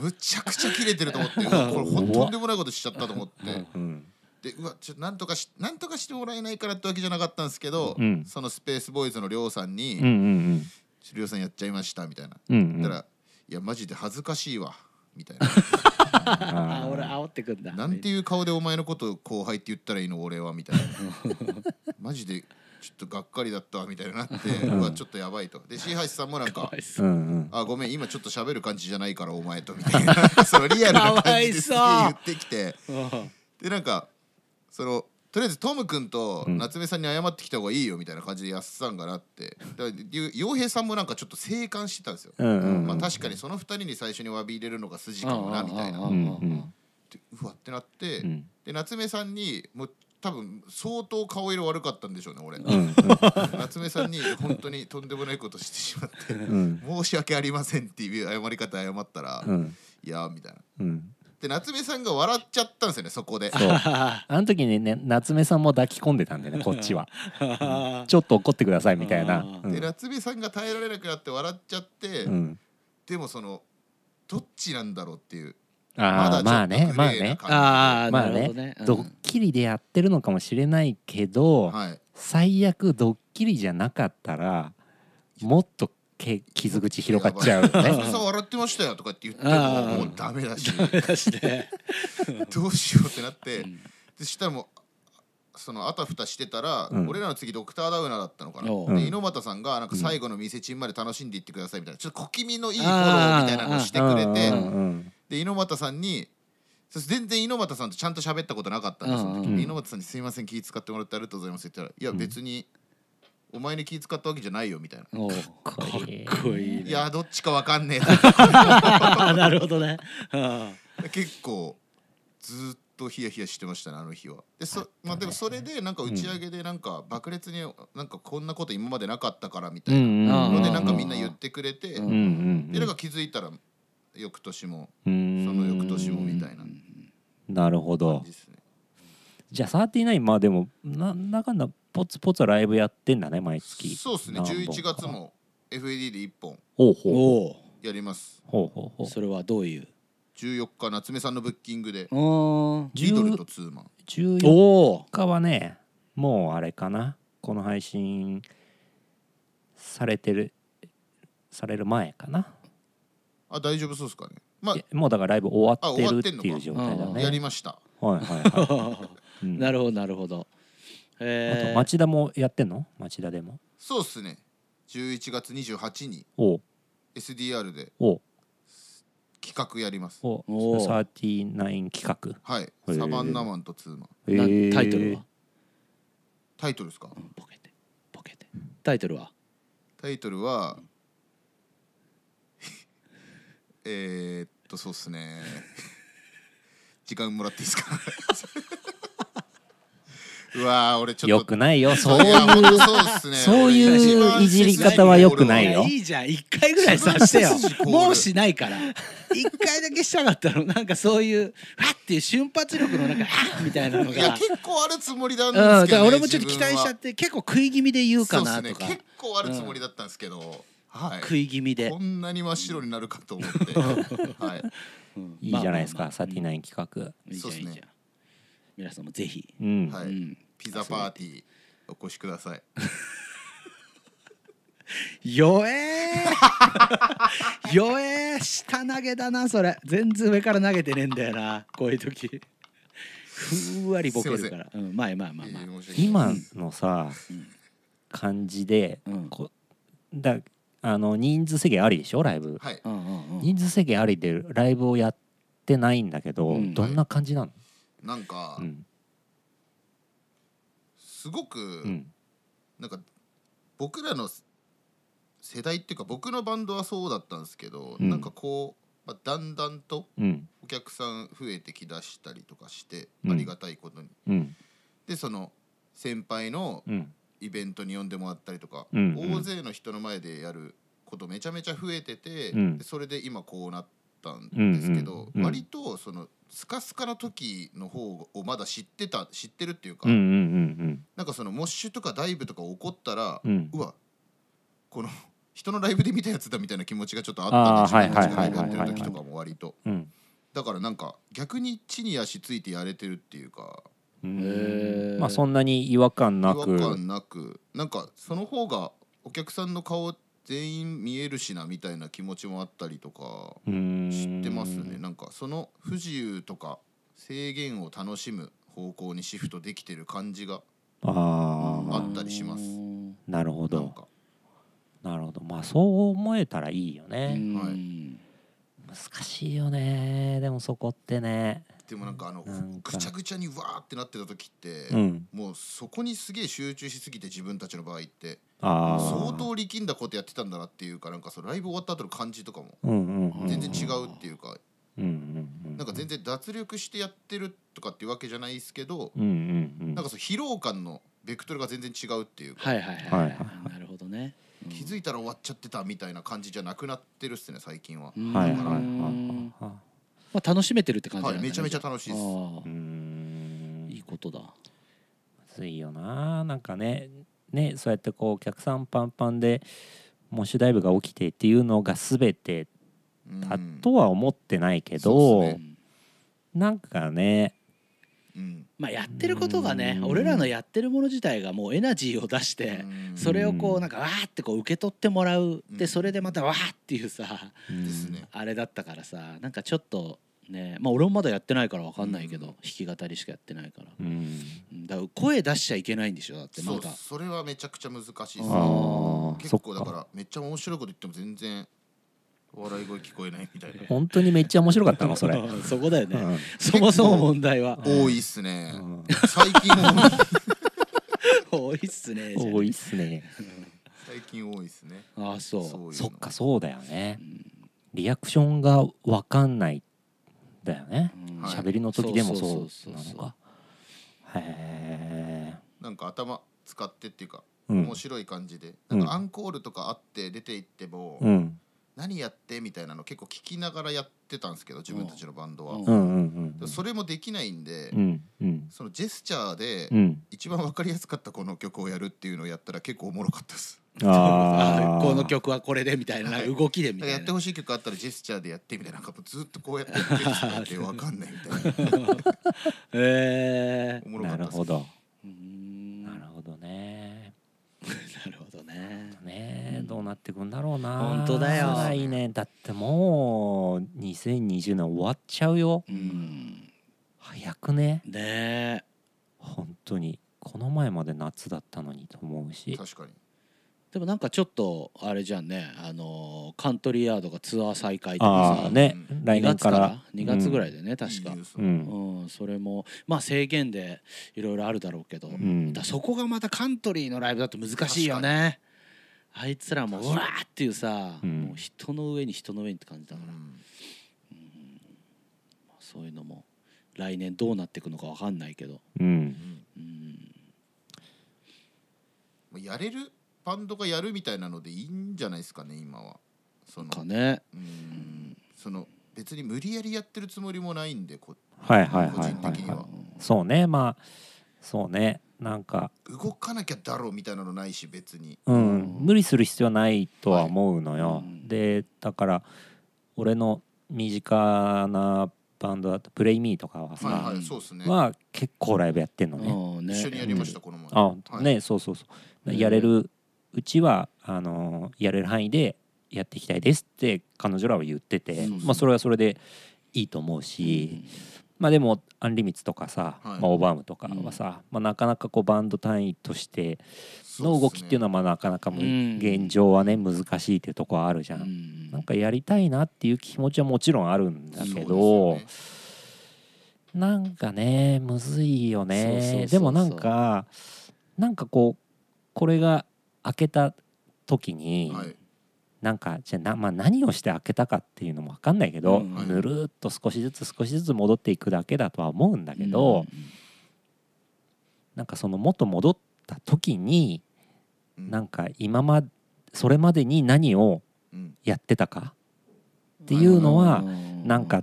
[SPEAKER 3] むちゃくちゃキレてると思ってうわこれほんとんでもないことしちゃったと思って。
[SPEAKER 1] うん
[SPEAKER 3] でうわちょっとなんとかしなんとかしてもらえないからってわけじゃなかったんですけど、
[SPEAKER 1] うん
[SPEAKER 3] そのスペースボーイズのりょうさんに
[SPEAKER 1] うんうん
[SPEAKER 3] 「りょうさんやっちゃいました」みたいな、
[SPEAKER 1] うんうん
[SPEAKER 3] だ
[SPEAKER 1] う
[SPEAKER 3] か
[SPEAKER 1] ん
[SPEAKER 3] ら「いやマジで恥ずかしいわ」みたいな
[SPEAKER 2] あ
[SPEAKER 1] あ
[SPEAKER 2] 俺煽ってくんだ
[SPEAKER 3] 「なんていう顔でお前のことを後輩って言ったらいいの俺は」
[SPEAKER 1] <laughs>
[SPEAKER 3] みたいな「マジでちょっとがっかりだったわ」みたいになって
[SPEAKER 1] <laughs>
[SPEAKER 3] 「うわちょっとやばい」と。で椎橋さんもなん
[SPEAKER 2] か
[SPEAKER 3] か
[SPEAKER 2] わい
[SPEAKER 1] ー
[SPEAKER 2] そう
[SPEAKER 1] うんうん
[SPEAKER 3] あごめん今ちょっと喋る感じじゃないからお前とみ
[SPEAKER 1] <laughs>
[SPEAKER 3] たいなそのリアルな感じですげえ言ってきて
[SPEAKER 2] うん
[SPEAKER 3] でなんかそのとりあえずトム君と
[SPEAKER 1] うん
[SPEAKER 3] 夏目さんに謝ってきた方がいいよみたいな感じでやっさんがなってだからゆ洋平さんもなんかちょっと静観してたんですよ、
[SPEAKER 1] うんうんうん
[SPEAKER 3] まあ、確かにその2人に最初に詫び入れるのが筋かもなみたいな
[SPEAKER 2] ああああああ
[SPEAKER 1] うんうん
[SPEAKER 3] ってうわってなって、
[SPEAKER 1] うん
[SPEAKER 3] で夏目さんにもう多分相当顔色悪かったんでしょうね俺
[SPEAKER 1] うんうん
[SPEAKER 3] <laughs> 夏目さんに本当にとんでもないことしてしまって
[SPEAKER 1] うん
[SPEAKER 3] 申し訳ありませんっていう謝り方謝ったら、
[SPEAKER 1] うん
[SPEAKER 3] いやーみたいな
[SPEAKER 1] うん
[SPEAKER 3] で夏目さんが笑っちゃったんですよねそこで
[SPEAKER 1] そうあの時にね夏目さんも抱き込んでたんでねこっちは
[SPEAKER 2] あ
[SPEAKER 1] ちょっと怒ってくださいみたいな
[SPEAKER 2] あー
[SPEAKER 1] うん
[SPEAKER 3] で夏目さんが耐えられなくなって笑っちゃって、
[SPEAKER 1] うん
[SPEAKER 3] でもそのどっちなんだろうっていう
[SPEAKER 1] ああまあねまあね
[SPEAKER 2] あ
[SPEAKER 1] まあ
[SPEAKER 2] なる
[SPEAKER 1] ね
[SPEAKER 2] ほどねうん
[SPEAKER 1] ドッキリでやってるのかもしれないけど、
[SPEAKER 3] はい
[SPEAKER 1] 最悪ドッキリじゃなかったらもっとけ傷口広がっちゃうよ
[SPEAKER 3] 夏
[SPEAKER 1] ね
[SPEAKER 3] <laughs> 目さん笑ってましたよとかって言って
[SPEAKER 2] あ
[SPEAKER 3] も
[SPEAKER 2] ー
[SPEAKER 3] もうダメだし
[SPEAKER 2] ダメだしね
[SPEAKER 3] どうしようってなって、
[SPEAKER 2] うん
[SPEAKER 3] でしたらもうそのあたふたしてたら、
[SPEAKER 1] うん
[SPEAKER 3] 俺らの次ドクターダウナーだったのかな、
[SPEAKER 2] おう
[SPEAKER 1] うん
[SPEAKER 3] で猪俣さんがなんか最後の店チンまで楽しんでいってくださいみたいなちょっと小気味のいいフォローみたいなのをしてくれて
[SPEAKER 1] うんうん
[SPEAKER 3] で猪俣さんにそして全然猪俣さんとちゃんと喋ったことなかったんですその時
[SPEAKER 1] うん
[SPEAKER 3] で猪俣さんに「すいません気使ってもらってありがとうございます」って言ったら「いや別にお前に気使ったわけじゃないよ」みたいな。
[SPEAKER 2] おう
[SPEAKER 1] かっこいい
[SPEAKER 2] かっこいいね
[SPEAKER 3] いやどっちかわかんねえ
[SPEAKER 2] あーなるほどねうん
[SPEAKER 3] <laughs> 結構ずーっとヒヤヒヤしてましたねあの日はでそ、まあ、でもそれでなんか打ち上げでなんか爆裂になんかこんなこと今までなかったからみた
[SPEAKER 1] うんう
[SPEAKER 3] い
[SPEAKER 1] ん
[SPEAKER 3] な
[SPEAKER 1] うん
[SPEAKER 3] のでなんかみんな言ってくれて、
[SPEAKER 2] う
[SPEAKER 1] うんう
[SPEAKER 2] ん
[SPEAKER 1] ん
[SPEAKER 3] でなんか気づいたら翌年も
[SPEAKER 1] うん
[SPEAKER 3] その翌年もみたいな
[SPEAKER 1] なるほ
[SPEAKER 3] 感
[SPEAKER 1] ど
[SPEAKER 3] じですね
[SPEAKER 1] じゃあ39まあでもなんだかんだポツポツライブやってんだね毎月
[SPEAKER 3] そうですね
[SPEAKER 1] 何本か
[SPEAKER 3] 11月も FAD で1本
[SPEAKER 1] ほうほう
[SPEAKER 2] おお
[SPEAKER 3] やります
[SPEAKER 1] ほうほうほう
[SPEAKER 2] それはどういう
[SPEAKER 3] 14日夏目さんのブッキングで
[SPEAKER 2] うーん
[SPEAKER 3] リドルとツーマン
[SPEAKER 1] 14
[SPEAKER 2] おお
[SPEAKER 1] 他はねもうあれかなこの配信されてるされる前かな、
[SPEAKER 3] あ大丈夫そうですかねま
[SPEAKER 1] いやもうだからライブ終わって
[SPEAKER 3] あ終わ
[SPEAKER 1] る
[SPEAKER 3] ってん
[SPEAKER 1] っ
[SPEAKER 3] のか
[SPEAKER 1] ていう状態だ
[SPEAKER 2] う
[SPEAKER 3] あ
[SPEAKER 2] ん
[SPEAKER 1] ね
[SPEAKER 3] やりました
[SPEAKER 1] はいはい
[SPEAKER 3] <laughs>
[SPEAKER 1] はいうん
[SPEAKER 2] <laughs> なるほどなるほど
[SPEAKER 1] あ
[SPEAKER 2] え
[SPEAKER 1] と
[SPEAKER 2] ー
[SPEAKER 1] 町田もやってんの町田でも
[SPEAKER 3] そうっすね11月28に
[SPEAKER 1] おう
[SPEAKER 3] SDR で
[SPEAKER 1] おう
[SPEAKER 3] 企画やります
[SPEAKER 1] お
[SPEAKER 2] おう
[SPEAKER 1] サーティナイン企画
[SPEAKER 3] はい、
[SPEAKER 1] ー
[SPEAKER 3] サバンナマンとツーマン
[SPEAKER 2] な
[SPEAKER 1] へー
[SPEAKER 2] タイトルは
[SPEAKER 3] タイトルですか
[SPEAKER 2] うんボケてボケてタイトルは
[SPEAKER 3] タイトルは <laughs> えーっとそうっすね時間もらっていいで
[SPEAKER 1] <laughs>
[SPEAKER 3] すかうわー俺ちょっと
[SPEAKER 1] よくないよそう
[SPEAKER 3] い
[SPEAKER 1] い
[SPEAKER 3] やほ
[SPEAKER 1] う
[SPEAKER 3] んとそうっすね
[SPEAKER 1] そういう
[SPEAKER 3] 俺一番
[SPEAKER 1] いじり方は良くないよ
[SPEAKER 2] やいいじゃん一回ぐらいさしてよ
[SPEAKER 3] 自分の
[SPEAKER 2] もうしないから一回だけしたかったのなんかそういうわっていう瞬発力のなんかあみたいなの
[SPEAKER 3] いや
[SPEAKER 2] が
[SPEAKER 3] 結構あるつもりなん
[SPEAKER 2] うん
[SPEAKER 3] ですけど、ね
[SPEAKER 2] だから俺もちょっと期待しちゃって
[SPEAKER 3] 自
[SPEAKER 2] 結構食い気味で言うか
[SPEAKER 3] 分は
[SPEAKER 2] な
[SPEAKER 3] そう
[SPEAKER 2] と
[SPEAKER 3] っ
[SPEAKER 2] か
[SPEAKER 3] すね結構あるつもりだったんですけど、はい
[SPEAKER 2] 食い気味で
[SPEAKER 3] こんなに真っ白になるかと思
[SPEAKER 1] <laughs>
[SPEAKER 3] って、はい、
[SPEAKER 2] うん
[SPEAKER 1] いいじゃないです
[SPEAKER 2] まあ
[SPEAKER 1] かサーティナイン企画
[SPEAKER 2] まあまあいいじゃん
[SPEAKER 3] そうっすね
[SPEAKER 2] いいじゃん皆さんもぜひ
[SPEAKER 1] うん、
[SPEAKER 3] は
[SPEAKER 2] う
[SPEAKER 3] い
[SPEAKER 2] ん
[SPEAKER 3] ピザパーティーお越しください
[SPEAKER 2] 弱えー <laughs> 弱えー下投げだなそれ全然上から投げてねえんだよなこういう時ふんわりボケるからうんまあまあまあまあ
[SPEAKER 3] えー申し訳ない
[SPEAKER 1] 今のさ、感じで、
[SPEAKER 2] うん
[SPEAKER 1] こだあの人数制限ありでしょライブ、
[SPEAKER 3] はい、
[SPEAKER 2] うんうんうん
[SPEAKER 1] 人数制限ありでライブをやってないんだけど、
[SPEAKER 2] うん
[SPEAKER 1] どんな感じなの、
[SPEAKER 3] なんか、
[SPEAKER 1] うん
[SPEAKER 3] すごく、
[SPEAKER 1] うん
[SPEAKER 3] なんか僕らの世代っていうか僕のバンドはそうだったんですけど、
[SPEAKER 1] うん
[SPEAKER 3] なんかこう、まあ、だんだんと
[SPEAKER 1] うん
[SPEAKER 3] お客さん増えてきだしたりとかして、
[SPEAKER 1] うん
[SPEAKER 3] ありがたいことに
[SPEAKER 1] うん
[SPEAKER 3] でその先輩の
[SPEAKER 1] うん
[SPEAKER 3] イベントに呼んでもらったりとか、
[SPEAKER 1] うんうん
[SPEAKER 3] 大勢の人の前でやることめちゃめちゃ増えてて、
[SPEAKER 1] うん
[SPEAKER 3] でそれで今こうなったんですけど、
[SPEAKER 1] うんうん
[SPEAKER 3] 割とそのスカスカの時の方をまだ知ってた知ってるっていうか、
[SPEAKER 1] うんうんうん
[SPEAKER 3] なんかそのモッシュとかダイブとか起こったら、
[SPEAKER 1] うんうん
[SPEAKER 3] うわこの人のライブで見たやつだみたいな気持ちがちょっとあったんで
[SPEAKER 1] あ
[SPEAKER 3] す
[SPEAKER 1] ー
[SPEAKER 3] よ
[SPEAKER 1] はいはいはいはい
[SPEAKER 3] 自分たちがライブやってる時とかも割と
[SPEAKER 1] うん
[SPEAKER 3] だからなんか逆に地に足ついてやれてるっていうか
[SPEAKER 1] う
[SPEAKER 2] へ
[SPEAKER 1] ん
[SPEAKER 2] ー
[SPEAKER 1] まあそんなに違和感
[SPEAKER 3] 違
[SPEAKER 1] な
[SPEAKER 3] 和
[SPEAKER 1] く
[SPEAKER 3] 感なくなんかその方がお客さんの顔全員見えるしなみたいな気持ちもあったりとか
[SPEAKER 1] うん
[SPEAKER 3] 知ってますねなんかその不自由とか制限を楽しむ方向にシフトできてる感じが
[SPEAKER 1] あ
[SPEAKER 3] あったりします
[SPEAKER 2] うん
[SPEAKER 1] あなるほ
[SPEAKER 3] なん
[SPEAKER 1] ど
[SPEAKER 3] か
[SPEAKER 1] なるほどまあそう思えたらいいよね、
[SPEAKER 2] うん
[SPEAKER 3] は
[SPEAKER 1] 難しいよねでもそこってね
[SPEAKER 3] でもなんかあの
[SPEAKER 1] なんか
[SPEAKER 3] ぐちゃぐちゃにわーってなってた時って、
[SPEAKER 1] うん
[SPEAKER 3] もうそこにすげえ集中しすぎて自分たちの場合って
[SPEAKER 1] ああ
[SPEAKER 3] 相当力んだことやってたんだなっていうかなんかそのライブ終わった後の感じとかも
[SPEAKER 1] うんうんうん
[SPEAKER 3] 全然違うっていうか、
[SPEAKER 1] うんうんうん
[SPEAKER 3] なんか全然脱力してやってるとかっていうわけじゃないですけど、
[SPEAKER 1] うんうんうん
[SPEAKER 3] なんかその疲労感のベクトルが全然違うっていうか、
[SPEAKER 2] はいはいはい、
[SPEAKER 1] はい
[SPEAKER 2] はい、なるほどね、うん
[SPEAKER 3] 気づいたら終わっちゃってたみたいな感じじゃなくなってるっすね最近は、
[SPEAKER 2] うん
[SPEAKER 1] はいはいは
[SPEAKER 3] だから
[SPEAKER 1] いは
[SPEAKER 2] まあ、楽しめてるって感じな
[SPEAKER 3] は
[SPEAKER 2] ん
[SPEAKER 3] い
[SPEAKER 2] だ、ね
[SPEAKER 3] めちゃめちゃ楽しい
[SPEAKER 2] あ
[SPEAKER 3] です
[SPEAKER 1] いう
[SPEAKER 2] ー
[SPEAKER 1] ん
[SPEAKER 2] いいことだ
[SPEAKER 1] むずいよななんかねねそうやってこうお客さんパンパンでモッシュダイブが起きてっていうのが全て
[SPEAKER 3] う
[SPEAKER 1] だ
[SPEAKER 3] ん
[SPEAKER 1] とは思ってないけ
[SPEAKER 3] そ
[SPEAKER 1] ど、
[SPEAKER 3] うっす
[SPEAKER 2] う
[SPEAKER 3] ね
[SPEAKER 2] ん
[SPEAKER 1] なんかね
[SPEAKER 3] うん
[SPEAKER 2] まあやってることがね
[SPEAKER 1] うん
[SPEAKER 2] 俺らのやってるもの自体がもうエナジーを出して
[SPEAKER 3] うん
[SPEAKER 2] それをこうなんかわーってこう受け取ってもらう
[SPEAKER 3] うん
[SPEAKER 2] でそれでまたわーっていうさ
[SPEAKER 3] ですね
[SPEAKER 2] あれだったからさなんかちょっとねまあ俺もまだやってないからわかんないけど
[SPEAKER 3] うん
[SPEAKER 2] 弾き語りしかやってないから
[SPEAKER 1] うん、うん
[SPEAKER 2] うんだから声出しちゃいけないんでしょだって
[SPEAKER 3] そ
[SPEAKER 2] ま
[SPEAKER 3] う
[SPEAKER 2] だ
[SPEAKER 3] それはめちゃくちゃ難しいです
[SPEAKER 2] あー
[SPEAKER 3] ね
[SPEAKER 1] ああ
[SPEAKER 3] 結
[SPEAKER 1] そっ
[SPEAKER 3] 構だか
[SPEAKER 1] から
[SPEAKER 3] めっちゃ面白いこと言っても全然笑い声聞こえないみ
[SPEAKER 2] <laughs>
[SPEAKER 3] たいな
[SPEAKER 1] 本当にめっちゃ面白かったのそれ、
[SPEAKER 2] うん <laughs> そこだよ
[SPEAKER 1] う
[SPEAKER 2] ね
[SPEAKER 1] ん
[SPEAKER 2] そもそも問題は
[SPEAKER 3] 多いっすね
[SPEAKER 1] うん
[SPEAKER 3] 最近多
[SPEAKER 2] 多
[SPEAKER 3] い
[SPEAKER 2] いっすねじゃ
[SPEAKER 1] 多いっすね
[SPEAKER 3] 最近多いっすね
[SPEAKER 2] ああーそう
[SPEAKER 3] ういう
[SPEAKER 1] そ
[SPEAKER 3] の
[SPEAKER 1] っかそうだよねリアクションが分かんないんだよね
[SPEAKER 2] うん
[SPEAKER 3] はい
[SPEAKER 1] 喋、りの時でも
[SPEAKER 2] そう
[SPEAKER 1] そ
[SPEAKER 2] そううそう
[SPEAKER 1] な
[SPEAKER 2] そう
[SPEAKER 1] のかへえ
[SPEAKER 3] なんか頭使ってっていうか
[SPEAKER 1] うん
[SPEAKER 3] 面白い感じでなんかアンコールとかあって出て行っても
[SPEAKER 1] うん
[SPEAKER 3] 何やってみたいなの結構聞きながらやってたんですけど自分たちのバン
[SPEAKER 2] う
[SPEAKER 3] ド
[SPEAKER 2] ん
[SPEAKER 3] は
[SPEAKER 1] うんうん
[SPEAKER 3] でそれもできないんで
[SPEAKER 1] うんうん
[SPEAKER 3] そのジェスチャーで
[SPEAKER 1] うん
[SPEAKER 3] 一番わかりやすかったこの曲をやるっていうのをやったら結構おもろかったです
[SPEAKER 1] あー
[SPEAKER 2] この曲はこれでみたいな
[SPEAKER 3] はい
[SPEAKER 2] 動きでみた
[SPEAKER 3] なん
[SPEAKER 2] いな
[SPEAKER 3] かやってほしい曲あったらジェスチャーでやってみたいななんかもうずっとこうやってやってジェスチャーってわかんないみたいな
[SPEAKER 2] へえ
[SPEAKER 3] おもろか
[SPEAKER 1] なる
[SPEAKER 3] ったです
[SPEAKER 1] ほど
[SPEAKER 2] うーん
[SPEAKER 1] な
[SPEAKER 2] な
[SPEAKER 1] るほどね
[SPEAKER 2] るほどね
[SPEAKER 1] ねえどうなってくんだろうな
[SPEAKER 2] 本当だよ
[SPEAKER 1] いねだってもう2020年終わっちゃうよ
[SPEAKER 2] うん
[SPEAKER 1] 早くね
[SPEAKER 2] ねえ
[SPEAKER 1] 本当にこの前まで夏だったのにと思うし
[SPEAKER 3] 確かに
[SPEAKER 2] でもなんかちょっとあれじゃんねあのーカントリーヤードがツアー再開とか
[SPEAKER 1] あ
[SPEAKER 2] さ
[SPEAKER 1] あね
[SPEAKER 3] う
[SPEAKER 1] 来年
[SPEAKER 2] 2月か
[SPEAKER 1] から
[SPEAKER 2] ら2月ぐら
[SPEAKER 1] い
[SPEAKER 2] いでね確
[SPEAKER 3] い
[SPEAKER 2] か
[SPEAKER 3] いニュース
[SPEAKER 1] う
[SPEAKER 2] うんんそれもまあ制限でいろいろあるだろうけど
[SPEAKER 1] うん
[SPEAKER 2] だからそこがまたカントリーのライブだと難しいよねあいつらもうわーっていうさ
[SPEAKER 1] うん
[SPEAKER 2] もう人の上に人の上にって感じだから
[SPEAKER 3] うん
[SPEAKER 2] そういうのも来年どうなっていくのかわかんないけど
[SPEAKER 1] うん
[SPEAKER 2] うん
[SPEAKER 3] まあやれるバンドがやるみたいなのでいいんじゃないですかね今はその
[SPEAKER 2] かね
[SPEAKER 3] うんその別に無理やりやってるつもりもないんでこ
[SPEAKER 1] はいはいはい
[SPEAKER 3] 個人
[SPEAKER 1] は
[SPEAKER 3] 的
[SPEAKER 1] い
[SPEAKER 3] に
[SPEAKER 1] は
[SPEAKER 3] はい
[SPEAKER 1] そうねまあそうねなんか
[SPEAKER 3] 動かなきゃだろうみたいなのないし別に
[SPEAKER 1] うん、
[SPEAKER 2] うん
[SPEAKER 1] 無理する必要ないとは思うのよ、
[SPEAKER 2] はいうん
[SPEAKER 1] でだから俺の身近なバンドだと「プレイミーとかはさ、
[SPEAKER 3] はいはいそうですね
[SPEAKER 1] は結構ライブやってんのね、
[SPEAKER 2] うんね
[SPEAKER 3] 一緒にやりましたこの前
[SPEAKER 1] あ
[SPEAKER 3] はい
[SPEAKER 1] ねそうそうそう、
[SPEAKER 2] うん
[SPEAKER 1] やれるうちはあのやれる範囲でやっていきたいですって彼女らは言ってて、
[SPEAKER 3] そうそう
[SPEAKER 1] まあ、それはそれでいいと思うし、まあでもアンリミッツとかさ、
[SPEAKER 3] はい
[SPEAKER 1] まあ、オーバームとかはさ、まあ、なかなかこうバンド単位としての動きっていうのは
[SPEAKER 3] は
[SPEAKER 1] まあなかなかむ
[SPEAKER 2] うん
[SPEAKER 1] 現状はね難しいっていうとこはあるじゃん。なんかやりたいなっていう気持ちはもちろんあるんだけど、なんかねむずいよ
[SPEAKER 2] そうそうそうそ
[SPEAKER 1] ね
[SPEAKER 2] う
[SPEAKER 1] でもなんかなんかこうこれが開けた時に、
[SPEAKER 3] はい
[SPEAKER 1] なんかじゃあな、まあ、何をして開けたかっていうのも分かんないけど、
[SPEAKER 2] うん
[SPEAKER 1] ぬるーっと少しずつ少しずつ戻っていくだけだとは思うんだけど、なんかその元戻った時になんか今まそれまでに何を
[SPEAKER 3] うん
[SPEAKER 1] やってたかっていうのはなんか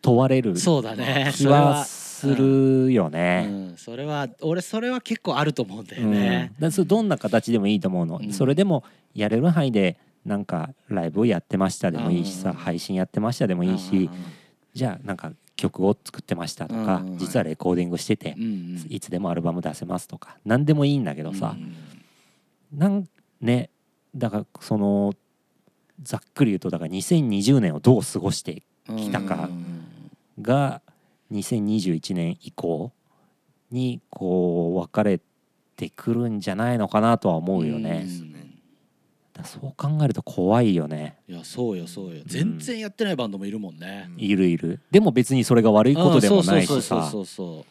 [SPEAKER 1] 問われる
[SPEAKER 2] そうだね
[SPEAKER 1] 気はするよ
[SPEAKER 2] それはう
[SPEAKER 1] ね。
[SPEAKER 2] んそれは俺それは結構あると思うんだよ
[SPEAKER 1] うん
[SPEAKER 2] ね
[SPEAKER 1] だからそれどんな形でもいいと思うの、
[SPEAKER 2] うん
[SPEAKER 1] それでもやれる範囲でなんかライブをやってましたでもいいしさ、
[SPEAKER 2] うん
[SPEAKER 1] 配信やってましたでもいいし、じゃあなんか曲を作ってましたとか、
[SPEAKER 2] うん
[SPEAKER 1] 実はレコーディングしてて
[SPEAKER 2] う、ん
[SPEAKER 1] いつでもアルバム出せますとか何でもいいんだけどさ、なんねだからそのざっくり言うとだから2020年をどう過ごして
[SPEAKER 2] 来
[SPEAKER 1] たかが2021年以降にこう分かれてくるんじゃないのかなとは思うよね。
[SPEAKER 3] ですね
[SPEAKER 1] そう考えると怖いよね
[SPEAKER 2] いやそうよそうよ全然やってないバンドもいるもんね、
[SPEAKER 3] うん
[SPEAKER 1] いるいるでも別にそれが悪いことでもないし
[SPEAKER 2] そう
[SPEAKER 1] さ
[SPEAKER 2] そうそ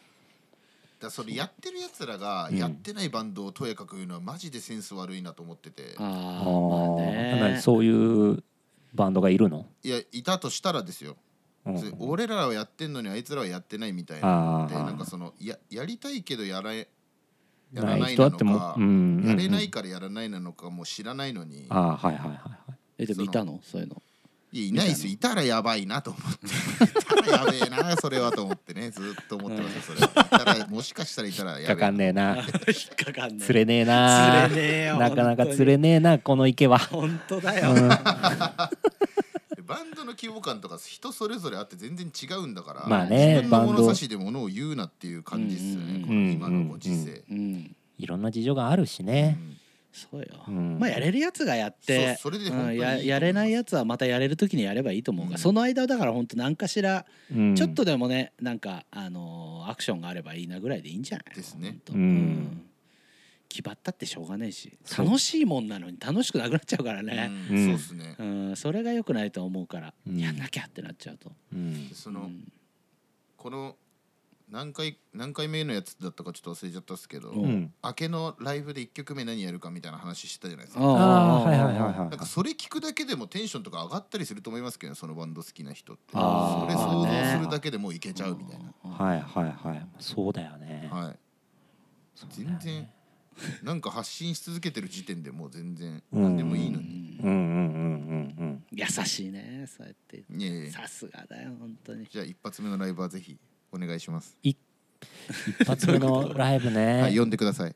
[SPEAKER 2] う
[SPEAKER 3] だそれやってるやつらが
[SPEAKER 1] うん
[SPEAKER 3] やってないバンドをとやかく言うのはマジでセンス悪いなと思ってて、
[SPEAKER 1] あ
[SPEAKER 2] ああまあ
[SPEAKER 1] ーなに
[SPEAKER 2] ね
[SPEAKER 1] そういうバンドがいるの、
[SPEAKER 3] いやいたとしたらですよ、
[SPEAKER 1] うん
[SPEAKER 3] それ俺らはやってんのにあいつらはやってないみたいなのって
[SPEAKER 1] あー
[SPEAKER 3] なんかそのややりたいけどやらやら
[SPEAKER 1] な
[SPEAKER 3] ないい
[SPEAKER 1] 人
[SPEAKER 3] な
[SPEAKER 1] あ
[SPEAKER 3] の
[SPEAKER 1] っても
[SPEAKER 3] か、、
[SPEAKER 1] うん
[SPEAKER 3] やれない
[SPEAKER 1] か
[SPEAKER 3] からやらないなのかもう知らないのに、
[SPEAKER 1] ああはいはいはいはい
[SPEAKER 2] えでもいたのそういうの
[SPEAKER 3] いやいないですよいたらやばいなと思っていたらやべえなそれはと思ってねずっと思ってますよそれはいたらもしかしたらいたらやべえ
[SPEAKER 1] かかんねえな
[SPEAKER 2] 引っかかん <laughs> ね
[SPEAKER 1] 釣れねえな
[SPEAKER 2] 釣れねえよ
[SPEAKER 1] なかなか釣
[SPEAKER 2] れ
[SPEAKER 1] れねえなこの池は
[SPEAKER 2] 本当だ
[SPEAKER 1] う
[SPEAKER 2] よ、
[SPEAKER 1] ん
[SPEAKER 3] バンドの規模感とか人それぞれあって全然違うんだから、
[SPEAKER 1] まあね
[SPEAKER 3] 自分の
[SPEAKER 1] バンド
[SPEAKER 3] 物差しで物を言うなっていう感じですよね、
[SPEAKER 2] うん
[SPEAKER 3] この今のご時世、
[SPEAKER 2] うん
[SPEAKER 1] いろんな事情があるし
[SPEAKER 3] う
[SPEAKER 1] ね、
[SPEAKER 3] ん
[SPEAKER 2] そうよ、
[SPEAKER 1] うん
[SPEAKER 2] まあやれるやつがやって
[SPEAKER 3] そうそれで
[SPEAKER 2] う
[SPEAKER 3] 本当
[SPEAKER 2] ん、
[SPEAKER 3] に
[SPEAKER 2] ややれないやつはまたやれる時にやればいいと思うから、
[SPEAKER 3] うん
[SPEAKER 2] その間はだから本当何かしら
[SPEAKER 1] うん
[SPEAKER 2] ちょっとでもねなんか、あのーアクションがあればいいなぐらいでいいんじゃないの
[SPEAKER 3] ですね
[SPEAKER 2] ほんと
[SPEAKER 1] うん
[SPEAKER 2] 気張ったってしょうがねえし
[SPEAKER 1] そう
[SPEAKER 2] 楽しいもんなのに楽しくなくなっちゃうから
[SPEAKER 3] う
[SPEAKER 2] ね、
[SPEAKER 3] ん
[SPEAKER 1] うん
[SPEAKER 3] そうっすね、
[SPEAKER 2] うんそれが良くないと思うから、
[SPEAKER 1] うん
[SPEAKER 2] やんなきゃってなっちゃうと。
[SPEAKER 1] うん
[SPEAKER 3] その、
[SPEAKER 2] うん
[SPEAKER 3] この何回何回目のやつだったかちょっと忘れちゃったっすけど、
[SPEAKER 2] うん
[SPEAKER 3] 明けのライブで1曲目何やるかみたいな話してたじゃないです
[SPEAKER 2] あ
[SPEAKER 3] か
[SPEAKER 1] ああ
[SPEAKER 2] ー
[SPEAKER 1] はいはいはいは
[SPEAKER 3] なんか
[SPEAKER 1] い
[SPEAKER 3] それ聞くだけでもテンションとか上がったりすると思いますけどねそのバンド好きな人って
[SPEAKER 1] あ
[SPEAKER 3] そ
[SPEAKER 1] ー
[SPEAKER 3] れ想像するだけでもういけちゃうみたいな、
[SPEAKER 1] はいはいはいそうだよね、
[SPEAKER 3] はい
[SPEAKER 1] そうだよ
[SPEAKER 3] 全
[SPEAKER 1] ね
[SPEAKER 3] 然なんか発信し続けてる時点でもう全然
[SPEAKER 1] うん
[SPEAKER 3] 何でもいいの
[SPEAKER 2] う
[SPEAKER 3] に、
[SPEAKER 1] う
[SPEAKER 2] ん
[SPEAKER 1] んうんうんうんうん
[SPEAKER 2] 優しいねそうやって
[SPEAKER 3] いえいえ
[SPEAKER 2] さすがだよ本当に
[SPEAKER 3] じゃあ一発目のライブはぜひお願いします、
[SPEAKER 1] 一発目のライブね、
[SPEAKER 3] <laughs> はい呼んでください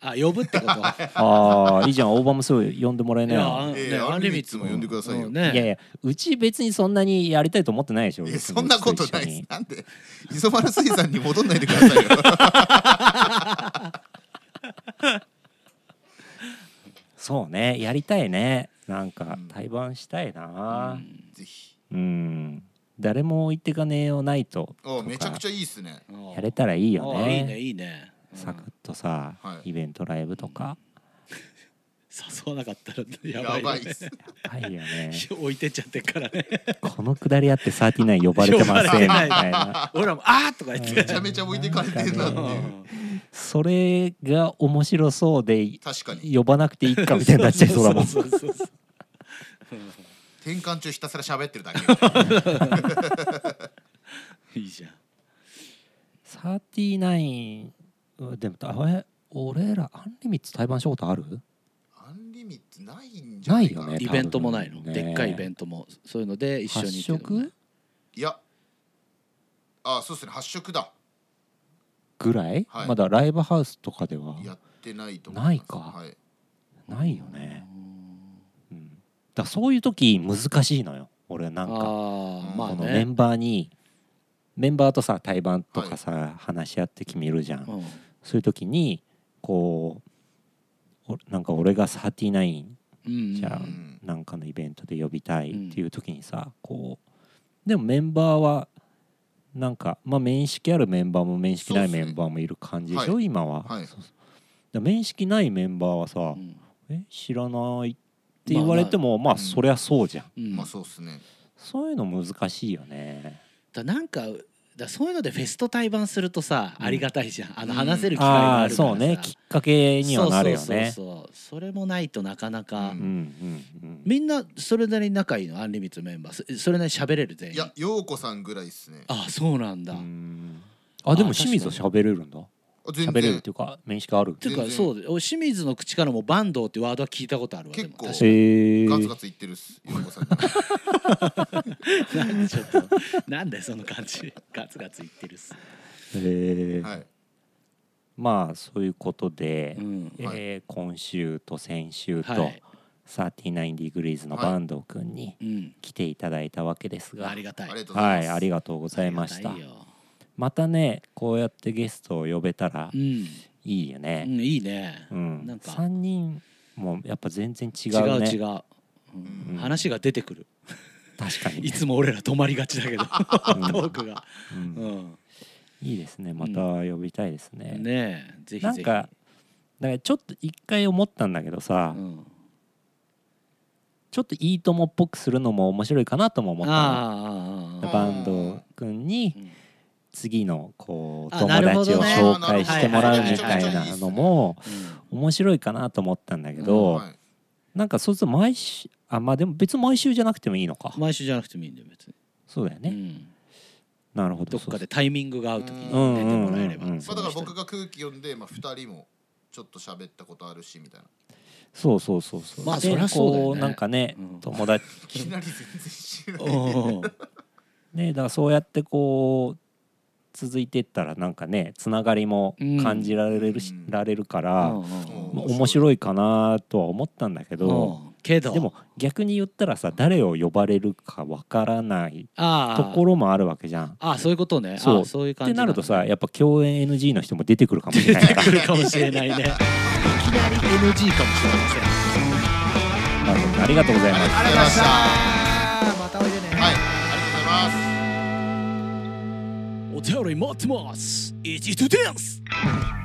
[SPEAKER 2] あ呼ぶって
[SPEAKER 3] <laughs>
[SPEAKER 2] こと
[SPEAKER 1] ああいいじゃんオーバーもすぐ呼んでもらえ
[SPEAKER 2] い
[SPEAKER 1] ない
[SPEAKER 2] や
[SPEAKER 3] ええ
[SPEAKER 2] ねアンリミッツも
[SPEAKER 3] アンリミッツも呼んでくださいよ
[SPEAKER 2] う
[SPEAKER 1] いやい
[SPEAKER 2] ね
[SPEAKER 1] やうち別にそんなにやりたいと思ってないでしょ
[SPEAKER 3] いや
[SPEAKER 1] 別に
[SPEAKER 3] そんなことない
[SPEAKER 1] 一緒
[SPEAKER 3] です
[SPEAKER 1] に
[SPEAKER 3] なんで磯丸水産に戻んないでくださいよ
[SPEAKER 1] そうねやりたいねなんか
[SPEAKER 3] うん
[SPEAKER 1] 対バンしたいな
[SPEAKER 3] ぜひ
[SPEAKER 1] うん、誰も置いてかねえよないと
[SPEAKER 3] おめちゃくち
[SPEAKER 1] ゃ
[SPEAKER 3] ゃいいっすね
[SPEAKER 1] やれたらいい
[SPEAKER 2] い
[SPEAKER 1] よ
[SPEAKER 2] いい
[SPEAKER 1] ね
[SPEAKER 2] ねいいねうん
[SPEAKER 1] サクッとさ、
[SPEAKER 3] はい
[SPEAKER 1] イベントライブとか、
[SPEAKER 2] 誘わなかったらやばい,、
[SPEAKER 3] やばいっす
[SPEAKER 1] はいよ <laughs> ね
[SPEAKER 2] <laughs> 置いてっちゃってっからね
[SPEAKER 1] このくだりあって39呼ばれてませんみたいな
[SPEAKER 2] <laughs> 俺らも「あーとか言って
[SPEAKER 3] めちゃめちゃ置いてかれてんなって
[SPEAKER 2] う
[SPEAKER 3] いうん
[SPEAKER 1] それが面白そうで
[SPEAKER 3] 確かに
[SPEAKER 1] 呼ばなくていいかみたいになっちゃいそうだもん
[SPEAKER 2] そうそうそうそう
[SPEAKER 3] 転換中ひたすら喋ってるだけ
[SPEAKER 1] <laughs>
[SPEAKER 2] いいじゃん
[SPEAKER 1] 39うんでもあれ俺らアンリミッツ対バンしたことある
[SPEAKER 3] アンリミッツないんじゃないかな
[SPEAKER 1] ないよね
[SPEAKER 2] イベントもないの、
[SPEAKER 1] ね
[SPEAKER 2] でっかいイベントもそういうので一緒に
[SPEAKER 1] 発
[SPEAKER 2] っていうのもね
[SPEAKER 1] 色
[SPEAKER 3] いやあそうっすね発色だ
[SPEAKER 1] ぐらい、
[SPEAKER 3] はい
[SPEAKER 1] まだライブハウスとかでは
[SPEAKER 3] やってないと思ます
[SPEAKER 1] ないか
[SPEAKER 3] はい、
[SPEAKER 1] ないよね、うん、だからそういう時難しいのよ俺なん
[SPEAKER 2] あ
[SPEAKER 1] か
[SPEAKER 2] ーまあ
[SPEAKER 1] こ
[SPEAKER 2] ね
[SPEAKER 1] のメンバーにメンバーとさ対バンとかさ、話し合って決めるじゃん、
[SPEAKER 2] うん
[SPEAKER 1] そういう時にこうおなんか俺が39
[SPEAKER 2] うん
[SPEAKER 1] じゃあ
[SPEAKER 3] うん
[SPEAKER 1] なんかのイベントで呼びたいっていう時にさ、こうでもメンバーはなんかまあ面識あるメンバーも面識ない
[SPEAKER 3] そうっ
[SPEAKER 1] メ
[SPEAKER 3] すね
[SPEAKER 1] ンバーもいる感じでしょ、
[SPEAKER 3] は
[SPEAKER 1] 今は、
[SPEAKER 3] はい
[SPEAKER 1] そうそうだから面識ないメンバーはさ、
[SPEAKER 2] うん
[SPEAKER 1] え知らないって言われてもまあ、
[SPEAKER 2] うん
[SPEAKER 1] そりゃそうじゃん
[SPEAKER 2] うん
[SPEAKER 3] まあそうっすね
[SPEAKER 1] そういうの難しいよね
[SPEAKER 2] だなんかだそういうのでフェスと対バンするとさ、
[SPEAKER 1] うん
[SPEAKER 2] ありがたいじゃんあの
[SPEAKER 3] うん
[SPEAKER 2] 話せる機会が
[SPEAKER 1] あ
[SPEAKER 2] あ
[SPEAKER 1] あ
[SPEAKER 2] るから
[SPEAKER 1] そ
[SPEAKER 2] さ、
[SPEAKER 1] うねきっかけにはなるよね
[SPEAKER 2] そうそうそうそうそれもないとなかなか、
[SPEAKER 3] う
[SPEAKER 1] うんうんうん
[SPEAKER 2] みんなそれなりに仲いいのアンリミッツメンバーそそれなりに喋れる全
[SPEAKER 3] い
[SPEAKER 2] 員
[SPEAKER 3] や陽子さんぐらいっすね
[SPEAKER 2] あそうなんだ、
[SPEAKER 1] う
[SPEAKER 2] っ
[SPEAKER 1] んあでも清水は喋れるんだ
[SPEAKER 3] あ全
[SPEAKER 1] 喋れるっ
[SPEAKER 3] 然
[SPEAKER 1] ていうか面識ある
[SPEAKER 2] ていうか
[SPEAKER 3] 全然
[SPEAKER 2] そうでお清水の口からも「バンド」ってワードは聞いたことあるわでも
[SPEAKER 3] 結構
[SPEAKER 2] 確か
[SPEAKER 1] へえ
[SPEAKER 3] ガツガツいってるっす陽子さんが
[SPEAKER 2] なんでちょっと <laughs> なんだよその感じガツガツ言ってるっす、
[SPEAKER 1] へえ
[SPEAKER 3] はい
[SPEAKER 1] まあそういうことで、
[SPEAKER 2] うん
[SPEAKER 1] えー今週と先週と、
[SPEAKER 2] はい、
[SPEAKER 1] 39ディグリーズの
[SPEAKER 3] はい
[SPEAKER 1] 坂東くんに
[SPEAKER 2] うん、
[SPEAKER 1] 来ていただいたわけですが、
[SPEAKER 2] ありがたい
[SPEAKER 3] ありがとうござ
[SPEAKER 1] はい
[SPEAKER 3] ます
[SPEAKER 1] いありがとうございまし
[SPEAKER 2] あ
[SPEAKER 1] た
[SPEAKER 2] りがたいよ
[SPEAKER 1] またねこうやってゲストを呼べたら
[SPEAKER 2] うん
[SPEAKER 1] いいよ
[SPEAKER 2] う
[SPEAKER 1] ね、
[SPEAKER 2] ん、いいね、
[SPEAKER 1] うん
[SPEAKER 2] なんか
[SPEAKER 1] 3人もやっぱ全然違
[SPEAKER 2] 違
[SPEAKER 1] う
[SPEAKER 2] う
[SPEAKER 1] ね
[SPEAKER 2] 違う、うん
[SPEAKER 1] うん
[SPEAKER 2] 話が出てくる
[SPEAKER 1] 確かにね、
[SPEAKER 2] いつも俺ら止まりがちだけど <laughs> トークが、
[SPEAKER 1] う
[SPEAKER 2] うんん、
[SPEAKER 1] いいですねまた呼びたいですね、
[SPEAKER 2] ねえぜひぜひ
[SPEAKER 1] なんかだからちょっと一回思ったんだけどさ、
[SPEAKER 2] うん
[SPEAKER 1] ちょっといいともっぽくするのも面白いかなとも思った
[SPEAKER 2] あ
[SPEAKER 1] の
[SPEAKER 2] ーあーあーあー
[SPEAKER 1] バンド君に
[SPEAKER 2] うん
[SPEAKER 1] 次のこう
[SPEAKER 2] あ
[SPEAKER 1] 友
[SPEAKER 2] なるほ
[SPEAKER 1] 達
[SPEAKER 2] ど
[SPEAKER 1] を
[SPEAKER 2] ね
[SPEAKER 1] 紹介してもらうみたい
[SPEAKER 3] はいはいは
[SPEAKER 1] ないのも
[SPEAKER 2] うん
[SPEAKER 1] 面白いかなと思ったんだけ
[SPEAKER 3] うん
[SPEAKER 1] ど
[SPEAKER 3] はい
[SPEAKER 1] なんかそうすると毎週あまあでも別に毎週じゃなくてもいいのか
[SPEAKER 2] 毎週じゃなくてもいいんだよ別に、
[SPEAKER 1] そうだよ
[SPEAKER 2] う
[SPEAKER 1] ね
[SPEAKER 2] ん、
[SPEAKER 1] なるほど
[SPEAKER 2] どっかでタイミングが合う時に
[SPEAKER 3] うん
[SPEAKER 2] 出てもらえれば、
[SPEAKER 1] うんうんうん
[SPEAKER 3] まあ、だから僕
[SPEAKER 2] が
[SPEAKER 3] が空気読んで、まあ、2人もちょっと喋ったことあるしみたいな
[SPEAKER 1] そうそうそうそう
[SPEAKER 2] まあ
[SPEAKER 1] で
[SPEAKER 2] そりゃそうだよね
[SPEAKER 1] こなんかね
[SPEAKER 2] うん
[SPEAKER 1] 友
[SPEAKER 2] <laughs>
[SPEAKER 1] 達
[SPEAKER 3] いきなり全然知らない
[SPEAKER 1] ねだからそうやってこう続いてったらなんかねつながりも感じられるし、
[SPEAKER 3] うん
[SPEAKER 1] られるから、
[SPEAKER 3] うん
[SPEAKER 1] まあ面白いかなとは思ったんだけど、
[SPEAKER 2] けど
[SPEAKER 1] でも逆に言ったらさ誰を呼ばれるかわからない
[SPEAKER 2] あ
[SPEAKER 1] とこ
[SPEAKER 2] ろ
[SPEAKER 1] ろもあるわけじゃん。
[SPEAKER 2] ああそういうことね
[SPEAKER 1] そう
[SPEAKER 2] ああそういう
[SPEAKER 1] っ
[SPEAKER 2] 感
[SPEAKER 1] て
[SPEAKER 2] じ
[SPEAKER 1] なるとさ
[SPEAKER 2] んだ
[SPEAKER 1] やっぱ共演 NG の人も出てくるかもしれない
[SPEAKER 2] 出てくるかもしれないねいきなり NG かもしれません
[SPEAKER 1] バンド君ありがとうございます。
[SPEAKER 3] ありがとうございました
[SPEAKER 2] またおいでね
[SPEAKER 3] はいありがとうございます
[SPEAKER 2] お手洗い待ってますイージートゥダンス